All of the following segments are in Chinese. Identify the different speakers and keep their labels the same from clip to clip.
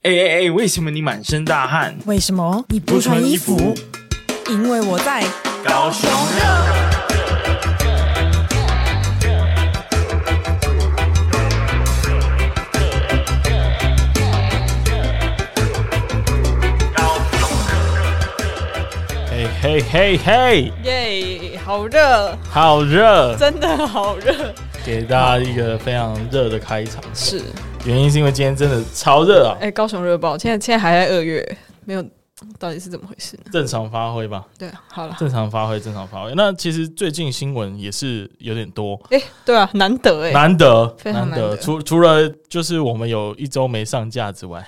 Speaker 1: 哎哎哎，为什么你满身大汗？
Speaker 2: 为什么你不穿衣服？因为我在。
Speaker 1: 高雄嘿哎嘿嘿嘿，
Speaker 3: 耶好热，
Speaker 1: 好热！
Speaker 3: 真的好热。
Speaker 1: 给大家一个非常热的开场，
Speaker 3: 是，
Speaker 1: 原因是因为今天真的超热啊
Speaker 3: 哎、！高雄热爆，现在现在还在二月，没有，到底是怎么回事呢？
Speaker 1: 正常发挥吧，
Speaker 3: 对啊，好了，
Speaker 1: 正常发挥，正常发挥。那其实最近新闻也是有点多，
Speaker 3: 哎、对啊，难得哎、
Speaker 1: 难得，
Speaker 3: 非常难得
Speaker 1: 得。除除了就是我们有一周没上架之外，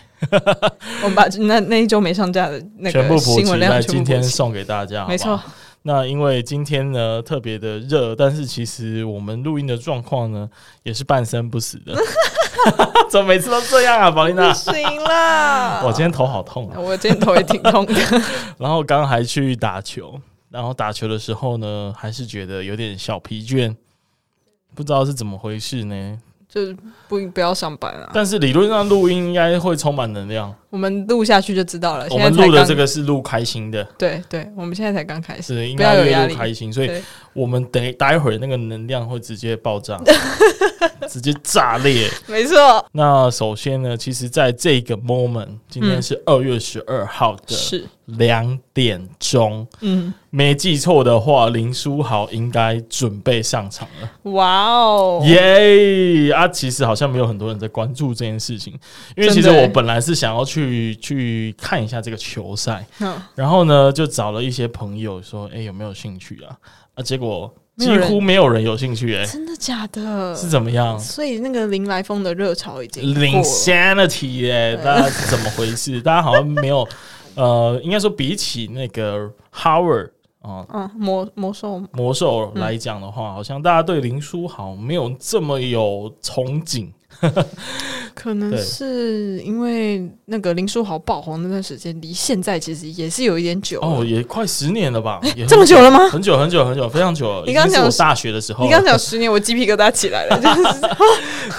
Speaker 3: 我们把那那一周没上架的那
Speaker 1: 全部
Speaker 3: 个
Speaker 1: 补
Speaker 3: 新
Speaker 1: 齐
Speaker 3: 闻
Speaker 1: 在
Speaker 3: 量
Speaker 1: 今
Speaker 3: 全部
Speaker 1: 天
Speaker 3: 补齐，
Speaker 1: 送给大家，好不好
Speaker 3: 没错。，
Speaker 1: 那因为今天呢特别的热，但是其实我们录音的状况呢也是半生不死的。 怎么每次都这样啊，宝 琳娜？
Speaker 3: 行啦。
Speaker 1: 我今天头好痛啊！
Speaker 3: 我今天头也挺痛的，
Speaker 1: 然后刚还去打球，然后打球的时候呢，还是觉得有点小疲倦，不知道是怎么回事呢。
Speaker 3: 就是不不要上班啊。
Speaker 1: 但是理论上录音应该会充满能量，
Speaker 3: 我们录下去就知道了。
Speaker 1: 我
Speaker 3: 呃现在
Speaker 1: 们
Speaker 3: 才
Speaker 1: 录的
Speaker 3: 刚
Speaker 1: 这，个是录开心的，
Speaker 3: 对对，我们现在才刚开始。
Speaker 1: 是应
Speaker 3: 不要
Speaker 1: 该
Speaker 3: 有压
Speaker 1: 越录
Speaker 3: 力
Speaker 1: 开心，所以
Speaker 3: 对
Speaker 1: 我们等一待会儿那个能量会直接 爆炸，直接炸裂。
Speaker 3: 没错，
Speaker 1: 那首先呢，其实在这个 moment，今天是二月十二号的
Speaker 3: 嗯是，
Speaker 1: 两点钟，
Speaker 3: 嗯，
Speaker 1: 没记错的话，林书豪应该准备上场了。
Speaker 3: 哇哦，
Speaker 1: 耶、啊，其实好像没有很多人在关注这件事情，因为其实
Speaker 3: 真的欸
Speaker 1: 我
Speaker 3: 耶
Speaker 1: 本来是想要去去看一下这个球赛，
Speaker 3: 嗯
Speaker 1: 然后呢就找了一些朋友说，哎、有没有兴趣啊？啊，结果
Speaker 3: 没有
Speaker 1: 几
Speaker 3: 人
Speaker 1: 乎没有人有兴趣、诶
Speaker 3: 真的假的？
Speaker 1: 是怎么样？
Speaker 3: 所以那个林来疯的热潮已经过
Speaker 1: 零
Speaker 3: 了，
Speaker 1: sanity 哎、大家是怎么回事？大家好像没有，呃，应该说比起那个 Howard 啊、
Speaker 3: 嗯，魔魔兽
Speaker 1: 魔兽
Speaker 3: 嗯
Speaker 1: 来讲的话，好像大家对林书豪没有这么有憧憬。
Speaker 3: 可能
Speaker 1: 对
Speaker 3: 是因为那个林书豪爆红那段时间，离现在其实也是有一点久了
Speaker 1: 哦，也快十年了 吧？也很
Speaker 3: 这么久了吗？
Speaker 1: 很久很久很久，非常久了。
Speaker 3: 你刚
Speaker 1: 已经是
Speaker 3: 讲
Speaker 1: 我大学的时候了，
Speaker 3: 你刚讲十年，我鸡皮疙瘩起来了， 就是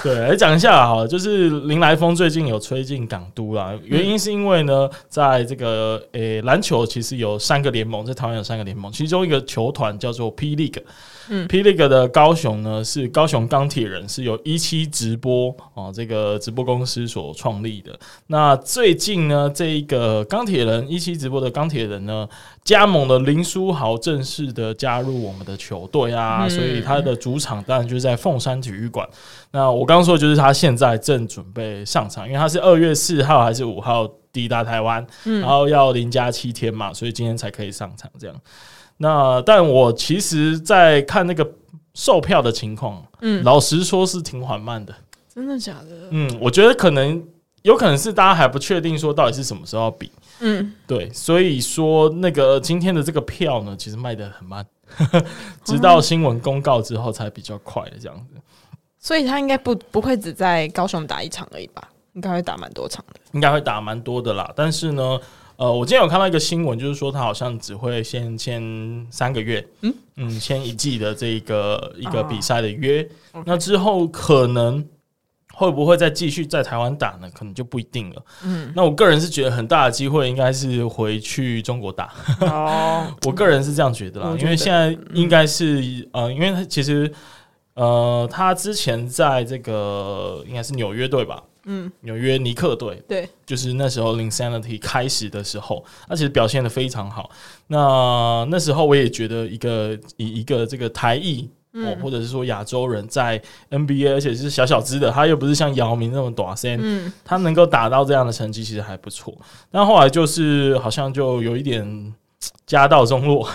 Speaker 1: 对，来讲一下哈，就是林来疯最近有推进港都啦，原因是因为呢，在这个诶篮球其实有三个联盟，在台湾有三个联盟，其中一个球团叫做 P League，嗯
Speaker 3: 嗯
Speaker 1: ，P League 的高雄呢是高雄钢铁人，是由一期直播哦这个直播公司所创立的。那最近呢，这一个钢铁人一期直播的钢铁人呢，加盟了林书豪，正式的加入我们的球队啊，
Speaker 3: 嗯
Speaker 1: 所以他的主场当然就是在凤山体育馆。那我刚刚说的就是他现在正准备上场，因为他是二月四号还是五号抵达台湾，
Speaker 3: 嗯
Speaker 1: 然后要零加七天嘛，所以今天才可以上场这样。那但我其实，在看那个售票的情况，
Speaker 3: 嗯
Speaker 1: 老实说是挺缓慢的。
Speaker 3: 真的假的？
Speaker 1: 嗯，我觉得可能有可能是大家还不确定说到底是什么时候要比，
Speaker 3: 嗯，
Speaker 1: 对，所以说那个今天的这个票呢，其实卖的很慢， 直到新闻公告之后才比较快的这样子。
Speaker 3: 所以他应该不不会只在高雄打一场而已吧？应该会打蛮多场的。
Speaker 1: 应该会打蛮多的啦。但是呢，呃，我今天有看到一个新闻，就是说他好像只会先签三个月，嗯嗯，签一季的这个一个
Speaker 3: 哦
Speaker 1: 比赛的约。
Speaker 3: OK
Speaker 1: 那之后可能会不会再继续在台湾打呢？可能就不一定了。嗯，那我个人是觉得很大的机会应该是回去中国打。
Speaker 3: 哦，
Speaker 1: 我个人是这样觉得啦，
Speaker 3: 我觉
Speaker 1: 因
Speaker 3: 得
Speaker 1: 为现在应该是、呃，因为他其实呃，他之前在这个应该是纽约队吧，嗯，纽约尼克队，
Speaker 3: 对，
Speaker 1: 就是那时候 Insanity 开始的时候，他其实表现的非常好。那那时候我也觉得一个以一个这个台裔。
Speaker 3: 嗯
Speaker 1: 哦，或者是说亚洲人在 NBA，而且是小小只的，他又不是像姚明那么短身，
Speaker 3: 嗯
Speaker 1: 他能够打到这样的成绩，其实还不错。但后来就是好像就有一点家道中落，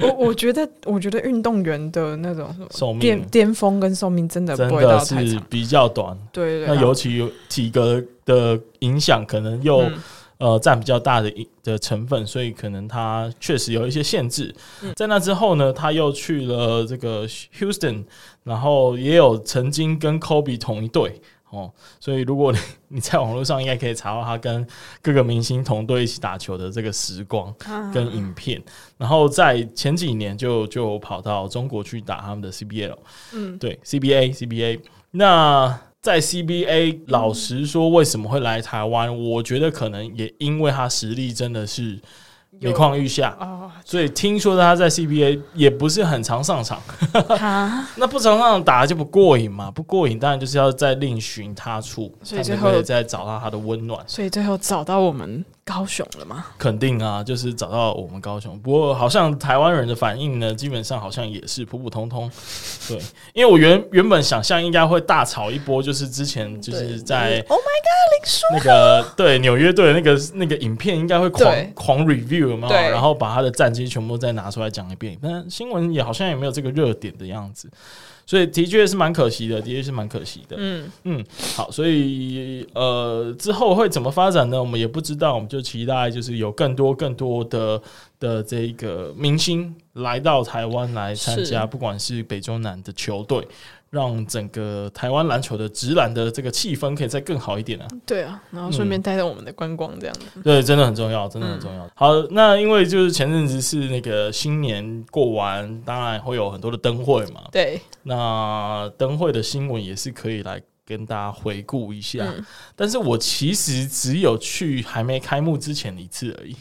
Speaker 3: 我我觉得我觉得运动员的那种什么
Speaker 1: 寿命
Speaker 3: 巅巅峰跟寿命真的
Speaker 1: 真
Speaker 3: 不会到
Speaker 1: 的
Speaker 3: 太
Speaker 1: 是
Speaker 3: 长。
Speaker 1: 比较短。
Speaker 3: 对对啊
Speaker 1: 那
Speaker 3: 对，
Speaker 1: 尤其有体格的影响，可能又、
Speaker 3: 嗯
Speaker 1: 呃占比较大的一的成分，所以可能他确实有一些限制。
Speaker 3: 嗯
Speaker 1: 在那之后呢，他又去了这个 Houston，然后也有曾经跟 Kobe 同一队。哦，所以如果你 你在网络上应该可以查到他跟各个明星同队一起打球的这个时光
Speaker 3: 啊
Speaker 1: 跟影片，然后在前几年就就跑到中国去打他们的 CBL，
Speaker 3: 嗯
Speaker 1: 对 CBA CBA。那在 CBA，老实说，为什么会来台湾？我觉得可能也因为他实力真的是每况愈下，
Speaker 3: 哦，
Speaker 1: 所以听说他在 CBA 也不是很常上场。
Speaker 3: 他
Speaker 1: 那不常上场打就不过瘾嘛，不过瘾当然就是要再另寻他处，
Speaker 3: 所以
Speaker 1: 才
Speaker 3: 最
Speaker 1: 能
Speaker 3: 后
Speaker 1: 够再找到他的温暖。
Speaker 3: 所以最后找到我们高雄了嘛？
Speaker 1: 肯定啊，就是找到我们高雄。不过好像台湾人的反应呢，基本上好像也是普普通通。对，因为我原原本想象应该会大吵一波，就是之前就是在
Speaker 3: Oh my God，林书
Speaker 1: 那个对纽约队的那个那个影片，应该会
Speaker 3: 对
Speaker 1: 狂狂 review 有没有？
Speaker 3: 对
Speaker 1: 然后把他的战绩全部再拿出来讲一遍。但新闻也好像也没有这个热点的样子，所以的确是蛮可惜的，的确是蛮可惜的。
Speaker 3: 嗯，
Speaker 1: 嗯，好，所以呃，之后会怎么发展呢？我们也不知道，我们就期待就是有更多更多的的这个明星来到台湾来参加，
Speaker 3: 是
Speaker 1: 不管是北中南的球队，让整个台湾篮球的直篮的这个气氛可以再更好一点啊。
Speaker 3: 对啊，然后顺便带动我们的观光这样子。
Speaker 1: 对，真的很重要，真的很重
Speaker 3: 嗯
Speaker 1: 要。好，那因为就是前阵子是那个新年过完，当然会有很多的灯会嘛。
Speaker 3: 对，
Speaker 1: 那灯会的新闻也是可以来跟大家回顾一下。
Speaker 3: 嗯
Speaker 1: 但是我其实只有去还没开幕之前一次 而已。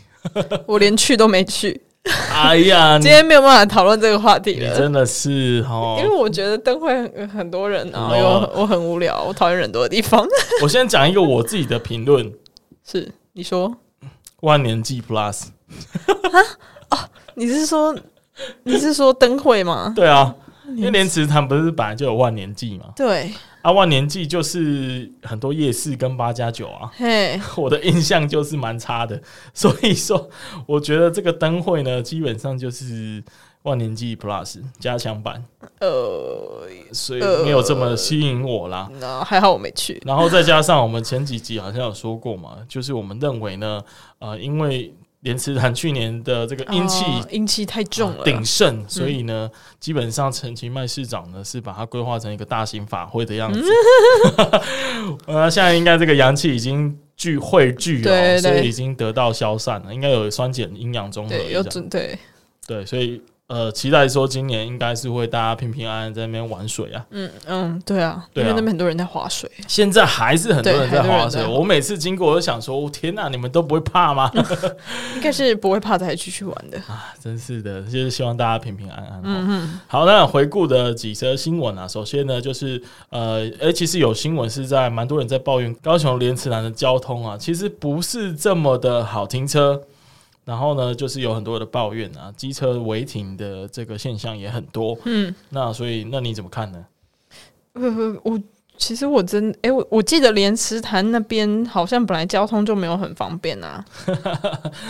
Speaker 3: 我连去都没 去，
Speaker 1: 哎呀，你
Speaker 3: 今天没有办法讨论这个话题
Speaker 1: 你
Speaker 3: 了。
Speaker 1: 真的是哦
Speaker 3: 因为！我觉得灯会很很多人啊，
Speaker 1: 哦
Speaker 3: 然后我很无聊，我讨厌人多的地方。
Speaker 1: 我先讲一个我自己的评论：
Speaker 3: 是你说，
Speaker 1: 万年祭 Plus。
Speaker 3: 你是说你是说灯会吗？
Speaker 1: 对啊，因为莲池潭不是本来就有万年祭嘛？
Speaker 3: 对，
Speaker 1: 啊，万年祭就是很多夜市跟八加九啊。
Speaker 3: 嘿，
Speaker 1: 我的印象就是蛮差的，所以说我觉得这个灯会呢，基本上就是万年祭 Plus 加强版，
Speaker 3: 呃，
Speaker 1: 所以没有这么吸引我啦。
Speaker 3: 那还好我没去。
Speaker 1: 然后再加上我们前几集好像有说过嘛，就是我们认为呢，呃，因为莲池潭去年的这个阴气
Speaker 3: 哦阴气太重了，
Speaker 1: 啊
Speaker 3: 嗯
Speaker 1: 鼎盛，所以呢，基本上陈其迈市长呢是把它规划成一个大型法会的 样子。呃，现在应该这个阳气已经聚汇聚了、
Speaker 3: 对对
Speaker 1: 所
Speaker 3: 对
Speaker 1: 以已经得到消散了，应该有酸碱阴阳中和
Speaker 3: 对，
Speaker 1: 一
Speaker 3: 有
Speaker 1: 下。
Speaker 3: 准对，
Speaker 1: 对，所以呃，期待说今年应该是会大家平平安安在那边玩水啊。
Speaker 3: 嗯嗯，对啊，
Speaker 1: 对啊
Speaker 3: 因为那边很多人在划水，
Speaker 1: 现在还是很多
Speaker 3: 对
Speaker 1: 人在
Speaker 3: 还有
Speaker 1: 划
Speaker 3: 人在
Speaker 1: 水，
Speaker 3: 划
Speaker 1: 我每次经过我都想说，哦天哪、你们都不会怕吗？
Speaker 3: 应该是不会怕再继续玩的。
Speaker 1: 真是的，就是希望大家平平安安。嗯好，那回顾的几则新闻啊，首先呢，就是呃，诶，其实有新闻是在蛮多人在抱怨高雄莲池南的交通啊，其实不是这么的好停车。然后呢，就是有很多的抱怨啊，机车违停的这个现象也很多。
Speaker 3: 嗯，
Speaker 1: 那所以，那你怎么看呢？
Speaker 3: 呃，我其实我真哎、我我记得莲池潭那边好像本来交通就没有很方便啊，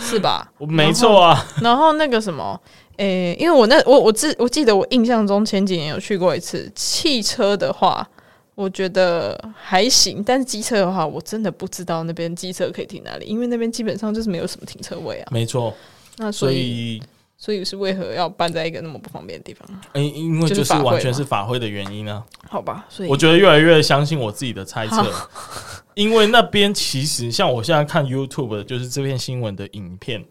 Speaker 3: 是吧？
Speaker 1: 我没错啊，
Speaker 3: 然后那个什么，诶、因为我那我我记我记得我印象中前几年有去过一次汽车的话，我觉得还行，但是机车的话，我真的不知道那边机车可以停哪里，因为那边基本上就是没有什么停车位啊。
Speaker 1: 没错。
Speaker 3: 那所
Speaker 1: 所
Speaker 3: 以
Speaker 1: 以，
Speaker 3: 所以是为何要办在一个那么不方便的地方？
Speaker 1: 因因为
Speaker 3: 就是
Speaker 1: 就是
Speaker 3: 法会
Speaker 1: 完全
Speaker 3: 嘛
Speaker 1: 是法会的原因啊。
Speaker 3: 好吧，所以
Speaker 1: 我觉得越来越相信我自己的猜测， 因为那边其实像我现在看 YouTube，的就是这篇新闻的影片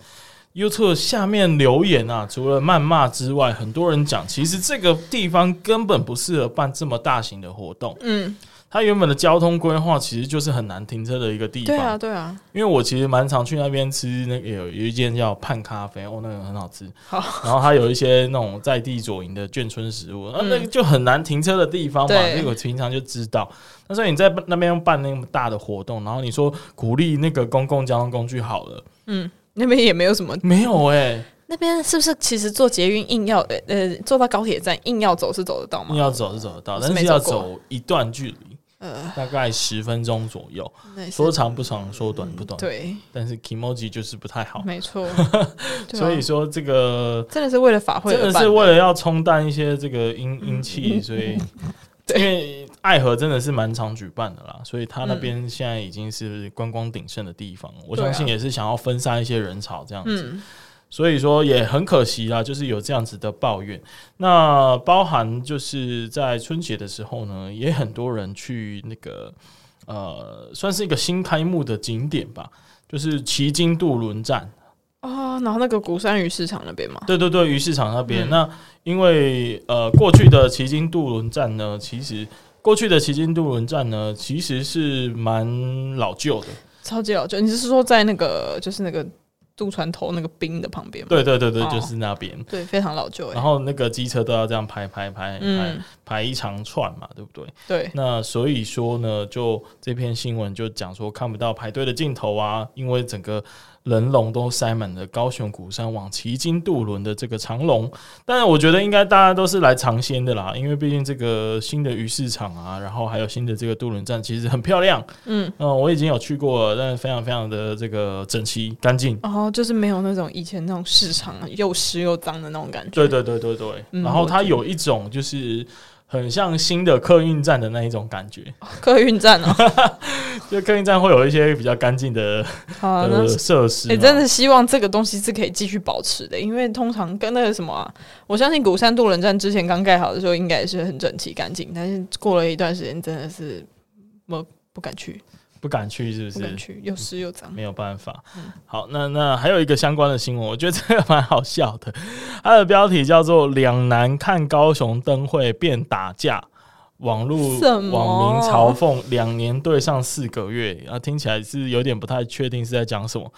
Speaker 1: ，YouTube 下面留言啊，除了谩骂之外，很多人讲，其实这个地方根本不适合办这么大型的活动。
Speaker 3: 嗯，
Speaker 1: 它原本的交通规划其实就是很难停车的一个地
Speaker 3: 对
Speaker 1: 方。
Speaker 3: 啊，对啊，
Speaker 1: 因为我其实蛮常去那边吃那个有有一间叫盼咖啡，哦，那个很好吃。
Speaker 3: 好，
Speaker 1: 然后它有一些那种在地左营的眷村食物，那、啊
Speaker 3: 嗯
Speaker 1: 那个就很难停车的地方嘛，
Speaker 3: 对
Speaker 1: 这个我平常就知道。但是你在那边办那么大的活动，然后你说鼓励那个公共交通工具好了，
Speaker 3: 嗯，那边也没有什么。
Speaker 1: 没有哎、
Speaker 3: 那边是不是其实坐捷运硬要呃呃坐到高铁站硬要走是走得到
Speaker 1: 你
Speaker 3: 吗？
Speaker 1: 要走是走得到，
Speaker 3: 我是
Speaker 1: 但是
Speaker 3: 没
Speaker 1: 要
Speaker 3: 走过
Speaker 1: 走一段距离，
Speaker 3: 呃，
Speaker 1: 大概十分钟左右，
Speaker 3: 那也是
Speaker 1: 说长不长，说短不短。，
Speaker 3: 嗯对，
Speaker 1: 但是 Kimoji 就是不太好，
Speaker 3: 没 错。对啊
Speaker 1: 所以说这个
Speaker 3: 真的是为了法会而
Speaker 1: 真的
Speaker 3: 办
Speaker 1: 是为了要冲淡一些这个阴阴气，
Speaker 3: 嗯
Speaker 1: 所以
Speaker 3: 对
Speaker 1: 因为爱河真的是蛮常举办的啦，所以他那边现在已经是观光鼎盛的地方，我
Speaker 3: 对啊
Speaker 1: 相信也是想要分散一些人潮这样子，
Speaker 3: 嗯，
Speaker 1: 所以说也很可惜啦，就是有这样子的抱怨。那包含就是在春节的时候呢，也很多人去那个呃，算是一个新开幕的景点吧，就是旗津渡轮站。
Speaker 3: 哦，然后那个鼓山鱼市场那边嘛，
Speaker 1: 对对对，鱼市场那边。
Speaker 3: 嗯
Speaker 1: 那因为呃，过去的旗津渡轮站呢，其实过去的旗津渡轮站呢，其实是蛮老旧的。
Speaker 3: 超级老旧。你是说在那个就是那个渡船头那个冰的旁边吗？
Speaker 1: 对对对对，
Speaker 3: 哦
Speaker 1: 就是那边。
Speaker 3: 对，非常老旧哎、
Speaker 1: 然后那哎个机车都要这样排排排排
Speaker 3: 嗯，
Speaker 1: 排一长串嘛，对不对？
Speaker 3: 对，
Speaker 1: 那所以说呢，就这篇新闻就讲说看不到排队的尽头啊，因为整个人龙都塞满了高雄鼓山往旗津渡轮的这个长龙。但是我觉得应该大家都是来尝鲜的啦，因为毕竟这个新的鱼市场啊，然后还有新的这个渡轮站，其实很漂亮。
Speaker 3: 嗯，
Speaker 1: 嗯，我已经有去过了，但是非常非常的这个整齐干净。
Speaker 3: 然后就是没有那种以前那种市场啊又湿又脏的那种感觉。
Speaker 1: 对对对对对，
Speaker 3: 嗯
Speaker 1: 然后
Speaker 3: 我
Speaker 1: 它
Speaker 3: 觉得
Speaker 1: 有一种就是很像新的客运站的那一种感觉，
Speaker 3: 客运站哦、
Speaker 1: 就客运站会有一些比较干净的
Speaker 3: 好啊，那
Speaker 1: 呃
Speaker 3: 是
Speaker 1: 设施
Speaker 3: 哎、
Speaker 1: 嘛。
Speaker 3: 真的希望这个东西是可以继续保持的，因为通常跟那个什么啊，我相信鼓山渡轮站之前刚盖好的时候应该也是很整齐干净，但是过了一段时间真的是我不敢去，
Speaker 1: 不敢去，是
Speaker 3: 不
Speaker 1: 不
Speaker 3: 敢
Speaker 1: 是？
Speaker 3: 去，嗯又湿又脏。
Speaker 1: 没有办法。好，那那还有一个相关的新闻，我觉得这个蛮好笑的，它的标题叫做“两男看高雄灯会便打架”。网络
Speaker 3: 什么
Speaker 1: 网民嘲讽两年对上四个月啊，听起来是有点不太确定是在讲什么。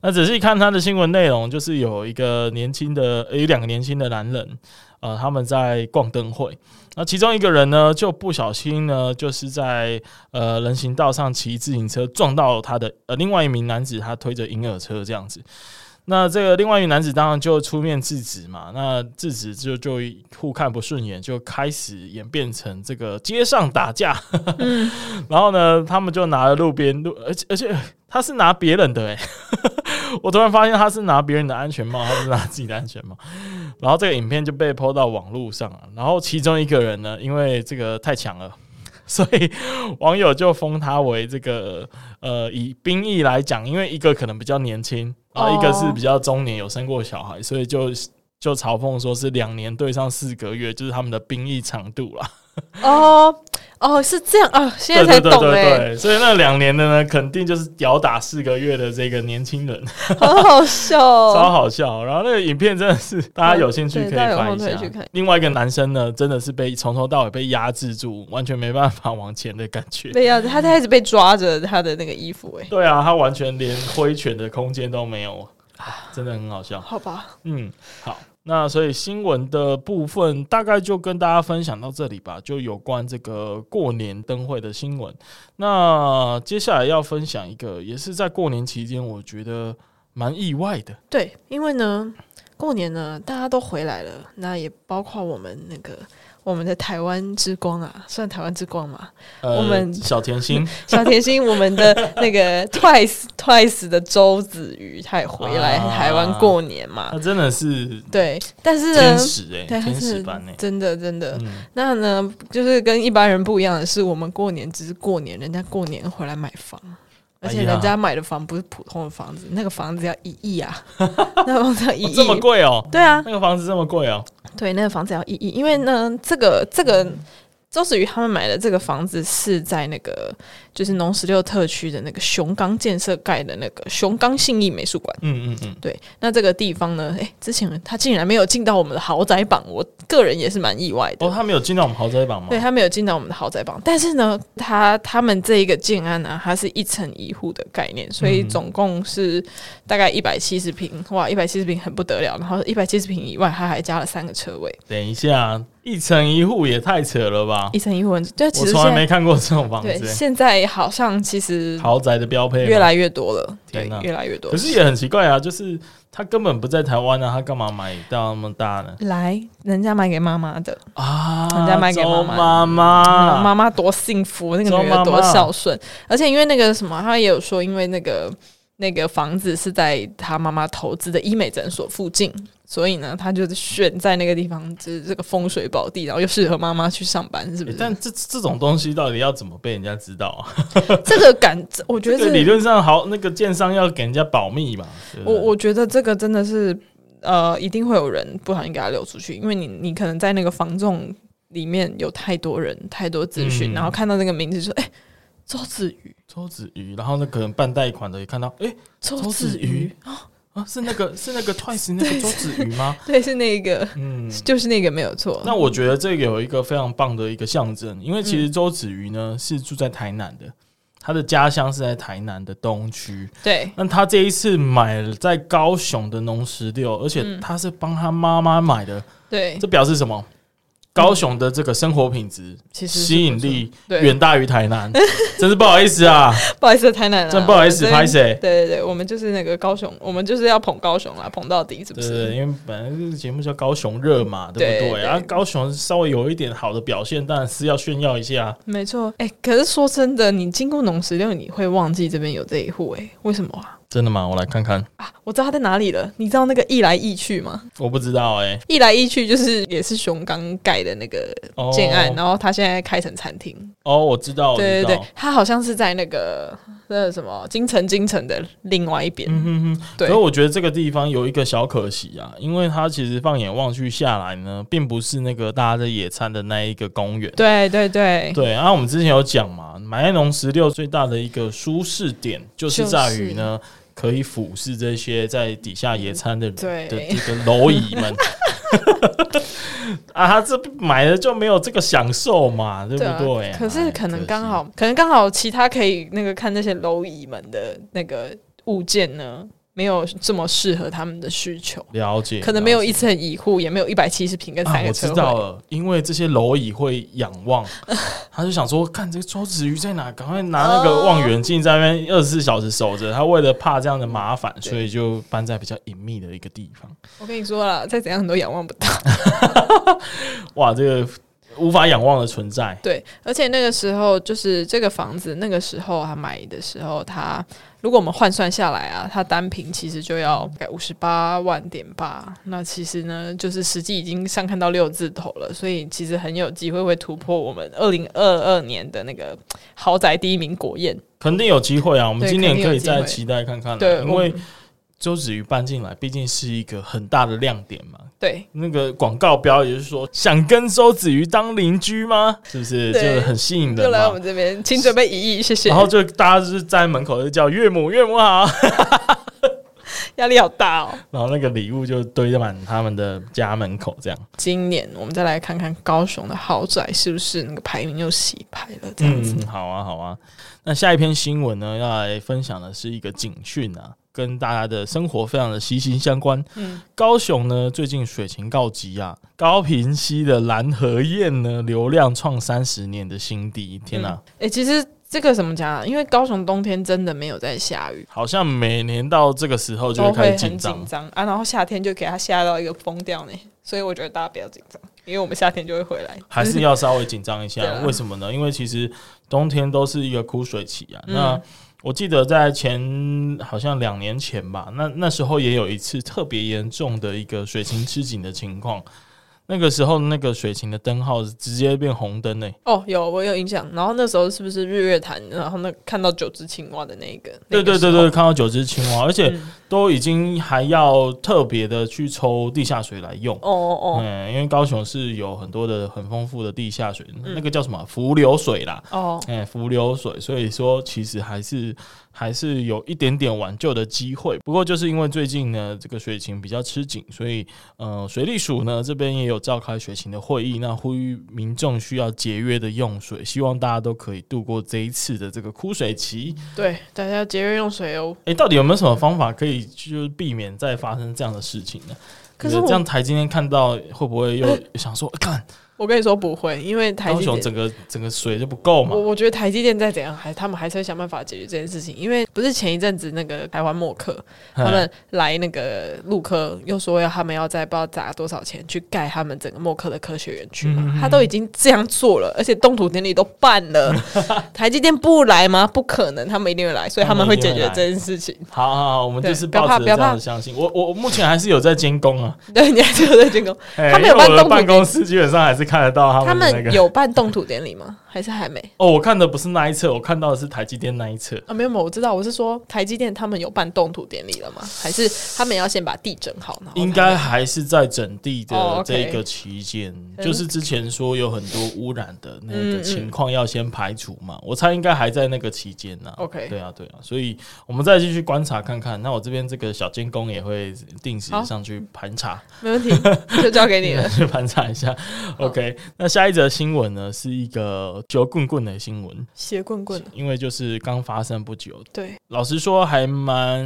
Speaker 1: 那仔细看他的新闻内容，就是有一个年轻的，呃有两个年轻的男人，呃，他们在逛灯会。那其中一个人呢，就不小心呢，就是在呃人行道上骑自行车撞到他的呃另外一名男子，他推着婴儿车这样子。那这个另外一名男子当然就出面制止嘛，那制止就就互看不顺眼，就开始演变成这个街上打架。
Speaker 3: 嗯，
Speaker 1: 然后呢，他们就拿了路边路，而且而且他是拿别人的哎、 我突然发现他是拿别人的安全帽，他不是拿自己的安全帽。然后这个影片就被抛到网络上了，然后其中一个人呢，因为这个太强了。 所以网友就封他为这个呃，以兵役来讲，因为一个可能比较年轻，然后一个是比较中年，有生过小孩，所以就就嘲讽说是两年对上四个月，就是他们的兵役长度啦。
Speaker 3: 哦哦，是这样啊，现在
Speaker 1: 对
Speaker 3: 才
Speaker 1: 对对
Speaker 3: 懂哎、
Speaker 1: 对对，所以那两年的呢，肯定就是屌打四个月的这个年轻人，
Speaker 3: 好好笑、
Speaker 1: 超
Speaker 3: 哦。
Speaker 1: 好笑。然后那个影片真的是，大家有兴趣可
Speaker 3: 对
Speaker 1: 以
Speaker 3: 大家有
Speaker 1: 翻
Speaker 3: 空
Speaker 1: 一
Speaker 3: 可以
Speaker 1: 下
Speaker 3: 去看。
Speaker 1: 另外一个男生呢，真的是被从头到尾被压制住，完全没办法往前的感觉。
Speaker 3: 对呀、他他一直被抓着他的那个衣服哎、
Speaker 1: 对啊，他完全连挥拳的空间都没有，啊真的很好笑。
Speaker 3: 好吧，
Speaker 1: 嗯，好，那所以新闻的部分大概就跟大家分享到这里吧，就有关这个过年灯会的新闻。那接下来要分享一个，也是在过年期间，我觉得蛮意外的。
Speaker 3: 对，因为呢，过年呢，大家都回来了，那也包括我们那个我们的台湾之光啊，算台湾之光嘛，
Speaker 1: 呃
Speaker 3: 我们
Speaker 1: 小甜 心
Speaker 3: 小甜心，我们的那个 Twice Twice 的周子瑜，他也回来
Speaker 1: 啊
Speaker 3: 台湾过年嘛，
Speaker 1: 她真的是
Speaker 3: 对，但是呢
Speaker 1: 天，使哎、
Speaker 3: 对，他
Speaker 1: 天使
Speaker 3: 是
Speaker 1: 般哎、
Speaker 3: 真的真的，
Speaker 1: 嗯，
Speaker 3: 那呢，就是跟一般人不一样的是，我们过年只是过年，人家过年回来买房，而且
Speaker 1: 哎呀
Speaker 3: 人家买的房不是普通的房子，那个房子要一亿 啊，那个房子要一
Speaker 1: 哦
Speaker 3: 亿，
Speaker 1: 这么贵哦、
Speaker 3: 对啊，
Speaker 1: 那个房子这么贵哦、
Speaker 3: 对，那个房子要一亿，因为呢，这个这个周子瑜他们买的这个房子是在那个就是农十六特区的那个熊冈建设盖的那个熊冈信义美术馆。
Speaker 1: 嗯嗯嗯，
Speaker 3: 对，那这个地方呢？诶，之前他竟然没有进到我们的豪宅榜，我个人也是蛮意外的。
Speaker 1: 哦，他没有进到我们豪宅榜吗？
Speaker 3: 对，他没有进到我们的豪宅榜，但是呢，他他们这一个建案呢、啊，它是一层一户的概念，所以
Speaker 1: 嗯
Speaker 3: 总共是大概一百七十平，哇，一百七十平很不得了。然后一百七十平以外，他还加了三个车位，
Speaker 1: 等一下，一层一户也太扯了吧！
Speaker 3: 一层一户很，对，其
Speaker 1: 我
Speaker 3: 实
Speaker 1: 从来
Speaker 3: 现
Speaker 1: 没
Speaker 3: 在
Speaker 1: 看过这种房子、
Speaker 3: 对
Speaker 1: 欸。
Speaker 3: 现在好像其实
Speaker 1: 豪宅的标配嘛，
Speaker 3: 越来越多了，对
Speaker 1: 天哪，
Speaker 3: 越来越多
Speaker 1: 可。是也很奇怪啊，就是他根本不在台湾啊，他干嘛买到那么大呢？
Speaker 3: 来，人家买给妈妈的，
Speaker 1: 啊，
Speaker 3: 人家卖给
Speaker 1: 周
Speaker 3: 妈妈
Speaker 1: 妈
Speaker 3: 啊，
Speaker 1: 妈，
Speaker 3: 妈妈多幸福，那个
Speaker 1: 周
Speaker 3: 女儿
Speaker 1: 妈
Speaker 3: 多
Speaker 1: 妈
Speaker 3: 孝顺。而且因为那个什么，她也有说，因为那个那个房子是在她妈妈投资的医美诊所附近，所以呢，她就是选在那个地方，就是这个风水宝地，然后又适合妈妈去上班，是不
Speaker 1: 欸
Speaker 3: 是？
Speaker 1: 但这这种东西到底要怎么被人家知道啊？
Speaker 3: 这个感，我觉得
Speaker 1: 这个理
Speaker 3: 这
Speaker 1: 论上好，那个建商要给人家保密吧？对不
Speaker 3: 我
Speaker 1: 对
Speaker 3: 我觉得这个真的是，呃，一定会有人不小心给他流出去，因为你你可能在那个房仲里面有太多人太多资讯，
Speaker 1: 嗯
Speaker 3: 然后看到那个名字就说，哎、周子瑜，
Speaker 1: 周子瑜，然后呢，可能办贷款的也看到，哎、
Speaker 3: 周
Speaker 1: 周子
Speaker 3: 子
Speaker 1: 瑜
Speaker 3: 瑜。
Speaker 1: 啊啊，是那个是那个 Twice 那个周子瑜 吗？
Speaker 3: 对，是那个，
Speaker 1: 嗯，
Speaker 3: 就是那个没有错。
Speaker 1: 那我觉得这个有一个非常棒的一个象征，因为其实
Speaker 3: 嗯
Speaker 1: 周子瑜呢是住在台南的，他的家乡是在台南的东区。
Speaker 3: 对
Speaker 1: 那他这一次买了在高雄的农十六，而且
Speaker 3: 嗯
Speaker 1: 他是帮他妈妈买的，
Speaker 3: 对
Speaker 1: 这，表示什么？高雄的这个生活品质、
Speaker 3: 其实是
Speaker 1: 吸引力
Speaker 3: 不错对
Speaker 1: 远大于台 南，真是不好意思啊！
Speaker 3: 不好意思，太难了，
Speaker 1: 真不好意思
Speaker 3: 我们
Speaker 1: 拍谁
Speaker 3: 对对对，我们就是那个高雄，我们就是要捧高雄啦，捧到底，是不
Speaker 1: 对
Speaker 3: 是？
Speaker 1: 对，因为本来这个节目叫高雄热嘛，对
Speaker 3: 对
Speaker 1: 不
Speaker 3: 对
Speaker 1: 对？然后高雄稍微有一点好的表现，当然是要炫耀一下。
Speaker 3: 没错，哎、可是说真的，你经过农十六，你会忘记这边有这一户，哎，为什么啊？
Speaker 1: 真的吗？我来看看，
Speaker 3: 啊，我知道它在哪里了。你知道那个一来一去吗？
Speaker 1: 我不知道哎、
Speaker 3: 一来一去就是也是熊刚盖的那个
Speaker 1: 哦
Speaker 3: 建案，然后它现在开成餐厅。
Speaker 1: 哦，我知道，我
Speaker 3: 对
Speaker 1: 知
Speaker 3: 对
Speaker 1: 道
Speaker 3: 对。，它好像是在那个那个什么金城金城的另外一边。
Speaker 1: 嗯哼哼，
Speaker 3: 对
Speaker 1: 所以我觉得这个地方有一个小可惜啊，因为它其实放眼望去下来呢，并不是那个大家在野餐的那一个公园。
Speaker 3: 对对对
Speaker 1: 对，啊然后我们之前有讲嘛，马爱农十六最大的一个舒适点，就是在于呢，可以俯视这些在底下野餐的人
Speaker 3: 对
Speaker 1: 的这个蝼蚁 们。啊，他这买了就没有这个享受嘛，对不
Speaker 3: 啊
Speaker 1: 对？
Speaker 3: 可
Speaker 1: 哎
Speaker 3: 是可能
Speaker 1: 惜
Speaker 3: 刚好，可能刚好其他可以那个看那些蝼蚁们的那个物件呢，没有这么适合他们的需求。
Speaker 1: 了解，
Speaker 3: 可能没有
Speaker 1: 了
Speaker 3: 一
Speaker 1: 解
Speaker 3: 层一户，也没有一百七十平跟
Speaker 1: 啊
Speaker 3: 三，
Speaker 1: 我
Speaker 3: 个
Speaker 1: 知
Speaker 3: 车位。
Speaker 1: 道了，因为这些蝼蚁会仰 望，他就想说，看这个周子瑜在哪，赶快拿那个望远镜在那边二十四小时守着。他为了怕这样的麻烦，所以就搬在比较隐秘的一个地方。
Speaker 3: 我跟你说了，再怎样都仰望不到。
Speaker 1: 哇，这个无法仰望的存在，
Speaker 3: 对，而且那个时候就是这个房子，那个时候他买的时候，他如果我们换算下来啊，他单品其实就要大概五十八万点八。那其实呢，就是实际已经上看到六字头了，所以其实很有机会会突破我们二零二二年的那个豪宅第一名国宴。
Speaker 1: 肯定有机会啊！我们
Speaker 3: 对
Speaker 1: 今年可
Speaker 3: 肯
Speaker 1: 以
Speaker 3: 定
Speaker 1: 再
Speaker 3: 有机
Speaker 1: 期待看看啦
Speaker 3: 对，
Speaker 1: 因为
Speaker 3: 我
Speaker 1: 周子瑜搬进来，毕竟是一个很大的亮点嘛。
Speaker 3: 对
Speaker 1: 那个广告标也是说，想跟周子瑜当邻居吗？是不是？
Speaker 3: 对
Speaker 1: 就是很吸引
Speaker 3: 又
Speaker 1: 人
Speaker 3: 来
Speaker 1: 嘛
Speaker 3: 我。们这边，请准备一亿，谢谢
Speaker 1: 然。后就大家就是站在门口就叫岳母岳母好，
Speaker 3: 压力好大哦。
Speaker 1: 然后那个礼物就堆满他们的家门口这样。
Speaker 3: 今年我们再来看看高雄的豪宅是不是那个排名又洗牌了，这样子。
Speaker 1: 嗯，好啊，好啊。那下一篇新闻呢，要来分享的是一个警讯啊，跟大家的生活非常的息息相关。
Speaker 3: 嗯
Speaker 1: 高雄呢，最近水情告急啊，高平溪的蓝河堰呢，流量创三十年的新低，天哪、
Speaker 3: 哎、其实这个怎么讲啊？因为高雄冬天真的没有在下雨，
Speaker 1: 好像每年到这个时候就
Speaker 3: 都
Speaker 1: 会开
Speaker 3: 会
Speaker 1: 始
Speaker 3: 很
Speaker 1: 紧
Speaker 3: 紧
Speaker 1: 张。
Speaker 3: 张啊。然后夏天就给它下到一个疯掉呢，所以我觉得大家不要紧张，因为我们夏天就会回来。
Speaker 1: 还是要稍微紧张
Speaker 3: 对
Speaker 1: 一下
Speaker 3: 啊。
Speaker 1: 为什么呢？因为其实冬天都是一个枯水期啊。
Speaker 3: 嗯
Speaker 1: 那我记得在前好像两年前吧，那那时候也有一次特别严重的一个水情吃紧的情况。那个时候，那个水情的灯号是直接变红灯欸嘞、
Speaker 3: 哦，有我有印象。然后那时候是不是日月潭？然后那看到九只青蛙的那一个？
Speaker 1: 对对
Speaker 3: 那个
Speaker 1: 对对，
Speaker 3: 时候，
Speaker 1: 看到九只青蛙，而且
Speaker 3: 嗯
Speaker 1: 都已经还要特别的去抽地下水来用。
Speaker 3: 哦哦
Speaker 1: 嗯，因为高雄是有很多的很丰富的地下水，
Speaker 3: 嗯
Speaker 1: 那个叫什么浮流水啦，
Speaker 3: 哦哦，
Speaker 1: 哎、浮流水，所以说其实还是还是有一点点挽救的机会。不过就是因为最近呢，这个水情比较吃紧，所以呃，水利署呢这边也有召开水情的会议，那呼吁民众需要节约的用水，希望大家都可以度过这一次的这个枯水期。
Speaker 3: 对，大家节约用水哦。
Speaker 1: 哎、到底有没有什么方法可以就是避免再发生这样的事情呢？
Speaker 3: 可是我
Speaker 1: 你觉得这样台今天看到会不会又想 说，看
Speaker 3: 我跟你说不会，因为台
Speaker 1: 高
Speaker 3: 积
Speaker 1: 雄
Speaker 3: 电
Speaker 1: 整个整个水就不够嘛
Speaker 3: 我？我觉得台积电再怎样，还他们还是会想办法解决这件事情，因为不是前一阵子那个台湾默克他
Speaker 1: 哎
Speaker 3: 们来那个陆科，又说要他们要再不知道砸多少钱去盖他们整个默克的科学园区嘛，他都已经这样做了，而且动土典礼都办 了，台积电不来吗？不可能，他们一定会来，所以他们会解决这件事 情。
Speaker 1: 好好好，我们
Speaker 3: 对
Speaker 1: 就是
Speaker 3: 不要
Speaker 1: 抱
Speaker 3: 怕
Speaker 1: 着
Speaker 3: 不
Speaker 1: 这
Speaker 3: 要怕
Speaker 1: 样的相信。我我我目前还是有在监工啊，
Speaker 3: 对，你还是有在监工，
Speaker 1: 哎
Speaker 3: 他们有
Speaker 1: 因为我
Speaker 3: 办
Speaker 1: 的
Speaker 3: 动
Speaker 1: 办
Speaker 3: 土典
Speaker 1: 公室基本上还是看得到
Speaker 3: 他
Speaker 1: 他们的那
Speaker 3: 们
Speaker 1: 个。
Speaker 3: 有办动土典礼吗？还是还没？
Speaker 1: 哦，我看的不是那一侧，我看到的是台积电那一侧。
Speaker 3: 啊，没有没有，我知道，我是说台积电他们有办动土典礼了吗？还是他们要先把地整好？然后
Speaker 1: 应该还是在整地
Speaker 3: 哦
Speaker 1: 的
Speaker 3: ，OK
Speaker 1: 这个期间，
Speaker 3: 嗯
Speaker 1: 就是之前说有很多污染的那
Speaker 3: 嗯
Speaker 1: 个
Speaker 3: 嗯
Speaker 1: 情况要先排除嘛，我猜应该还在那个期间呢、
Speaker 3: OK
Speaker 1: 对啊，对啊，所以我们再继续观察看看。那我这边这个小监工也会定时
Speaker 3: 好
Speaker 1: 上去盘查，
Speaker 3: 没问题， 就交给你 了。
Speaker 1: 去盘查一下。OK，那下一则新闻呢是一个酒棍棍的新闻，
Speaker 3: 鞋棍棍，
Speaker 1: 因为就是刚发生不久，
Speaker 3: 对，
Speaker 1: 老实说还蛮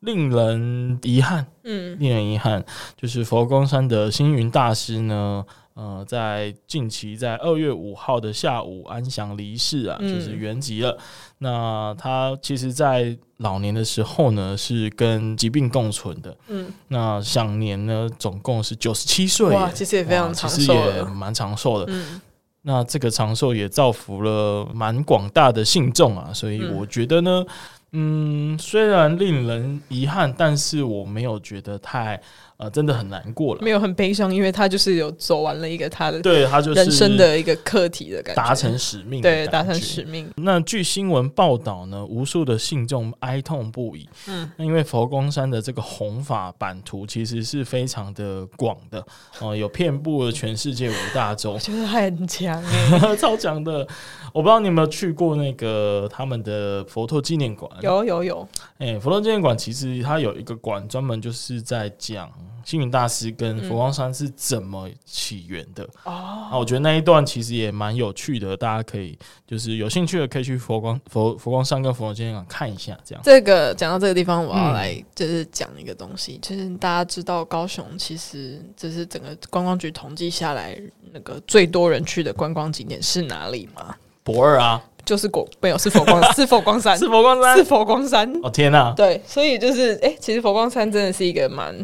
Speaker 1: 令人遗憾。
Speaker 3: 嗯，
Speaker 1: 令人遗憾，就是佛光山的星云大师呢，呃，在近期在二月五号的下午安详离世啊，
Speaker 3: 嗯
Speaker 1: 就是原籍了。那他其实，在老年的时候呢，是跟疾病共存的。
Speaker 3: 嗯，
Speaker 1: 那享年呢，总共是九十七岁耶，
Speaker 3: 哇，其实也非常
Speaker 1: 哇
Speaker 3: 长
Speaker 1: 其实
Speaker 3: 寿啊
Speaker 1: 也
Speaker 3: 了。
Speaker 1: 蛮长寿的。
Speaker 3: 嗯，
Speaker 1: 那这个长寿也造福了蛮广大的信众啊，所以
Speaker 3: 嗯
Speaker 1: 我觉得呢，嗯，虽然令人遗憾，但是我没有觉得太呃，真的很难过了。
Speaker 3: 没有很悲伤，因为他就是有走完了一个他的
Speaker 1: 对他就是
Speaker 3: 人生的一个课题的感觉，
Speaker 1: 达成使命的感
Speaker 3: 对
Speaker 1: 觉，
Speaker 3: 达成使命。
Speaker 1: 那据新闻报道呢，无数的信众哀痛不已。
Speaker 3: 嗯，
Speaker 1: 那因为佛光山的这个弘法版图其实是非常的广的，哦、有遍布了全世界五大洲
Speaker 3: 我。觉得还很强 欸
Speaker 1: 超强的。我不知道你有没有去过那个他们的佛陀纪念馆？，
Speaker 3: 有有有，
Speaker 1: 哎、佛陀纪念馆其实它有一个馆，专门就是在讲星云大师跟佛光山是怎么起源的。
Speaker 3: 嗯哦，
Speaker 1: 啊，我觉得那一段其实也蛮有趣的，大家可以就是有兴趣的可以去佛光佛佛光山跟佛陀纪念馆看一下，这样。
Speaker 3: 这个讲到这个地方，我要
Speaker 1: 嗯
Speaker 3: 来就是讲一个东西，就是大家知道高雄其实就是整个观光局统计下来，那个最多人去的观光景点是哪里吗？
Speaker 1: 博二啊，
Speaker 3: 就是果没有是佛 光是佛光山
Speaker 1: 是佛光
Speaker 3: 是
Speaker 1: 山。
Speaker 3: 佛光山，
Speaker 1: 哦天呐、啊，
Speaker 3: 对，所以就是哎、诶其实佛光山真的是一个蛮。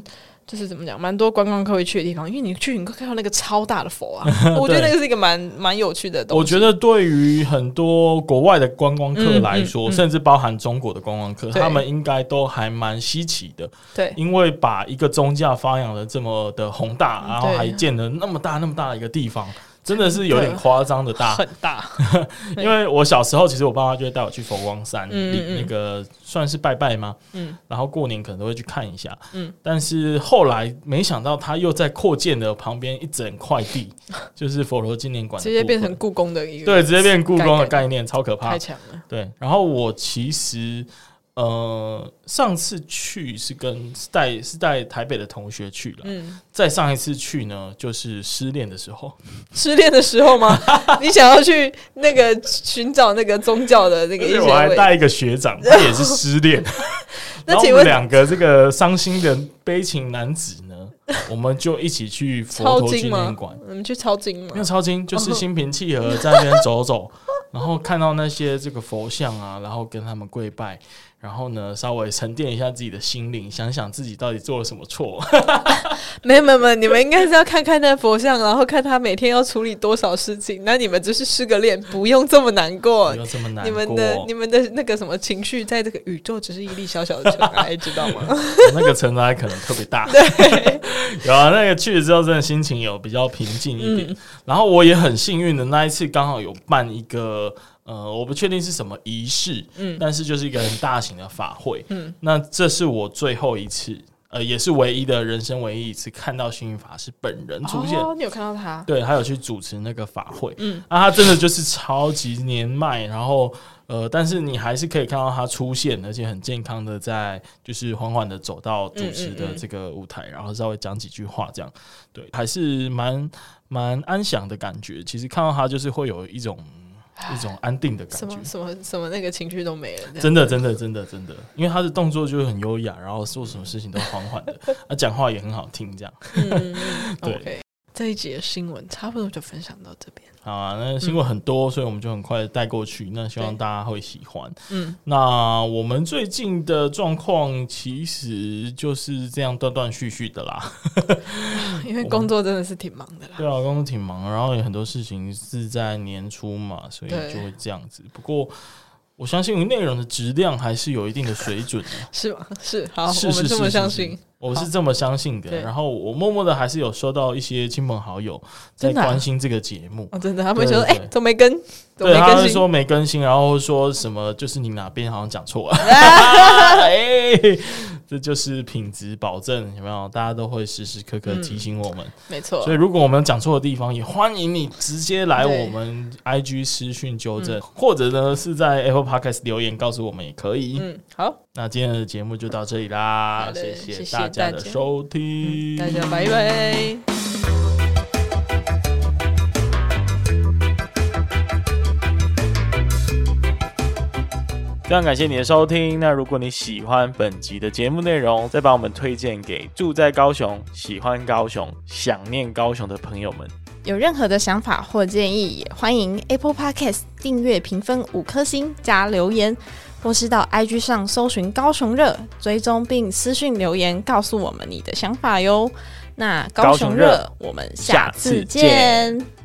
Speaker 3: 就是怎么讲，蛮多观光客会去的地方，因为你去，你会看到那个超大的佛 啊，我觉得那个是一个蛮蛮有趣的东西。
Speaker 1: 我觉得对于很多国外的观光客
Speaker 3: 嗯
Speaker 1: 来
Speaker 3: 嗯
Speaker 1: 说，
Speaker 3: 嗯
Speaker 1: 甚至包含中国的观光客，
Speaker 3: 对
Speaker 1: 他们应该都还蛮稀奇的。
Speaker 3: 对，
Speaker 1: 因为把一个宗教发扬的这么的宏大，
Speaker 3: 嗯
Speaker 1: 然后还建了那么大那么大的一个地方，真的是有点夸张的大。
Speaker 3: 很大，对
Speaker 1: 因为我小时候，其实我爸妈就会带我去佛光山，
Speaker 3: 嗯嗯嗯
Speaker 1: 那个算是拜拜吗？
Speaker 3: 嗯，
Speaker 1: 然后过年可能都会去看一下。
Speaker 3: 嗯，
Speaker 1: 但是后来没想到，他又在扩建的旁边一整块 地，就是佛罗纪念馆的
Speaker 3: 直
Speaker 1: 部
Speaker 3: 接
Speaker 1: 分，
Speaker 3: 变成故宫的一个，
Speaker 1: 对，直接变故宫的
Speaker 3: 概
Speaker 1: 概念，啊超可怕
Speaker 3: 太。强了。
Speaker 1: 对，然后我其实呃上次去是跟是带是带台北的同学去了，
Speaker 3: 嗯，
Speaker 1: 再上一次去呢就是失恋的时 候，
Speaker 3: 失恋的时候吗？你想要去那个寻找那个宗教的那个
Speaker 1: 而
Speaker 3: 一
Speaker 1: 且
Speaker 3: 些
Speaker 1: 我还
Speaker 3: 位？
Speaker 1: 带一个学长，他也是失 恋。
Speaker 3: 那
Speaker 1: 然后
Speaker 3: 请
Speaker 1: 我
Speaker 3: 问
Speaker 1: 们两个这个伤心的悲情男子 呢，我们就一起去佛
Speaker 3: 抄
Speaker 1: 陀纪
Speaker 3: 经吗
Speaker 1: 念馆。？
Speaker 3: 你们去抄经
Speaker 1: 没
Speaker 3: 吗
Speaker 1: 有？抄经，就是心平气和在那边 走走，然后看到那些这个佛像啊，然后跟他们跪拜，然后呢稍微沉淀一下自己的心灵，想想自己到底做了什么错。
Speaker 3: 没有没有没有，你们应该是要看看那佛像，然后看他每天要处理多少事情。那你们只是失个恋，不用这么难过
Speaker 1: 不。要这么难
Speaker 3: 你们
Speaker 1: 过。
Speaker 3: 的你们的那个什么情绪，在这个宇宙只是一粒小小的尘埃，知道吗？
Speaker 1: 那个尘埃可能特别 大。有啊，那个去了之后，真的心情有比较平静一点。然后我也很幸运的，那一次刚好有办一个。呃，我不确定是什么仪式，嗯，但是就是一个很大型的法会，嗯，那这是我最后一次，呃，也是唯一的人生唯一一次看到星云法师本人 出现，
Speaker 3: 哦，你有看到他？
Speaker 1: 对，还有去主持那个法会，嗯，啊，他真的就是超级年迈，然后呃，但是你还是可以看到他出现，而且很健康的在就是缓缓的走到主持
Speaker 3: 嗯
Speaker 1: 的这个舞台，然后稍微讲几句话，这样，对，还是蛮蛮安详的感觉。其实看到他就是会有 一种一种安定的
Speaker 3: 什
Speaker 1: 感觉
Speaker 3: 么。什么什么那个情绪都没了，这样
Speaker 1: 真的，真的，真的，真的，因为他的动作就是很优雅，然后做什么事情都缓 缓的，他讲话也很好听，这样。 对
Speaker 3: 嗯 OK，这一集的新闻差不多就分享到这边。
Speaker 1: 好啊，那新闻很多，所以我们就很快的带过去。那希望
Speaker 3: 对
Speaker 1: 大家会喜欢。
Speaker 3: 嗯，
Speaker 1: 那我们最近的状况其实就是这样断断续续 的啦。
Speaker 3: 因为工作真的是挺忙的啦。
Speaker 1: 对啊，工作挺忙，然后有很多事情是在年初嘛，所以就会这样子。不过。我相信内容的质量还是有一定的水准的。
Speaker 3: 是吗？是好，
Speaker 1: 是
Speaker 3: 我
Speaker 1: 是
Speaker 3: 们这
Speaker 1: 是
Speaker 3: 么
Speaker 1: 是
Speaker 3: 相
Speaker 1: 是
Speaker 3: 信。
Speaker 1: 我
Speaker 3: 好
Speaker 1: 是这么相信的
Speaker 3: 对，
Speaker 1: 然后我默默的还是有收到一些亲朋好友在
Speaker 3: 真的啊
Speaker 1: 关心这个节目，
Speaker 3: 哦，真的，他们说，
Speaker 1: 对
Speaker 3: 哎
Speaker 1: 对对，
Speaker 3: 都没跟，都
Speaker 1: 对，
Speaker 3: 没
Speaker 1: 他
Speaker 3: 更
Speaker 1: 是
Speaker 3: 新。
Speaker 1: 说没更新，然后说什么就是你哪边好像讲 错了，哎，这就是品质保证，有没有？大家都会时时刻刻
Speaker 3: 嗯
Speaker 1: 提醒我们，
Speaker 3: 没错
Speaker 1: 所，以如果我们讲错的地方，也欢迎你直接来
Speaker 3: 对嗯
Speaker 1: 我们 IG 私讯纠正，或者呢是在 Apple Podcast 留言告诉我们也可以。
Speaker 3: 嗯，好，
Speaker 1: 那今天的节目就到这里啦
Speaker 3: 好，
Speaker 1: 谢
Speaker 3: 的谢谢
Speaker 1: 大
Speaker 3: 大
Speaker 1: 家的
Speaker 3: 家嗯
Speaker 1: 收听，
Speaker 3: 大家拜拜。
Speaker 1: 非常感谢你的收听。那如果你喜欢本集的节目内容，再把我们推荐给住在高雄、喜欢高雄、想念高雄的朋友们。
Speaker 4: 有任何的想法或建议，也欢迎 Apple Podcast 订阅、评分五颗星加留言，或是到 IG 上搜寻“高雄热”，追踪并私讯留言告诉我们你的想法哟。那高
Speaker 1: 高雄
Speaker 4: 雄
Speaker 1: 热
Speaker 4: 热，我们下
Speaker 1: 下次
Speaker 4: 次
Speaker 1: 见
Speaker 4: 见。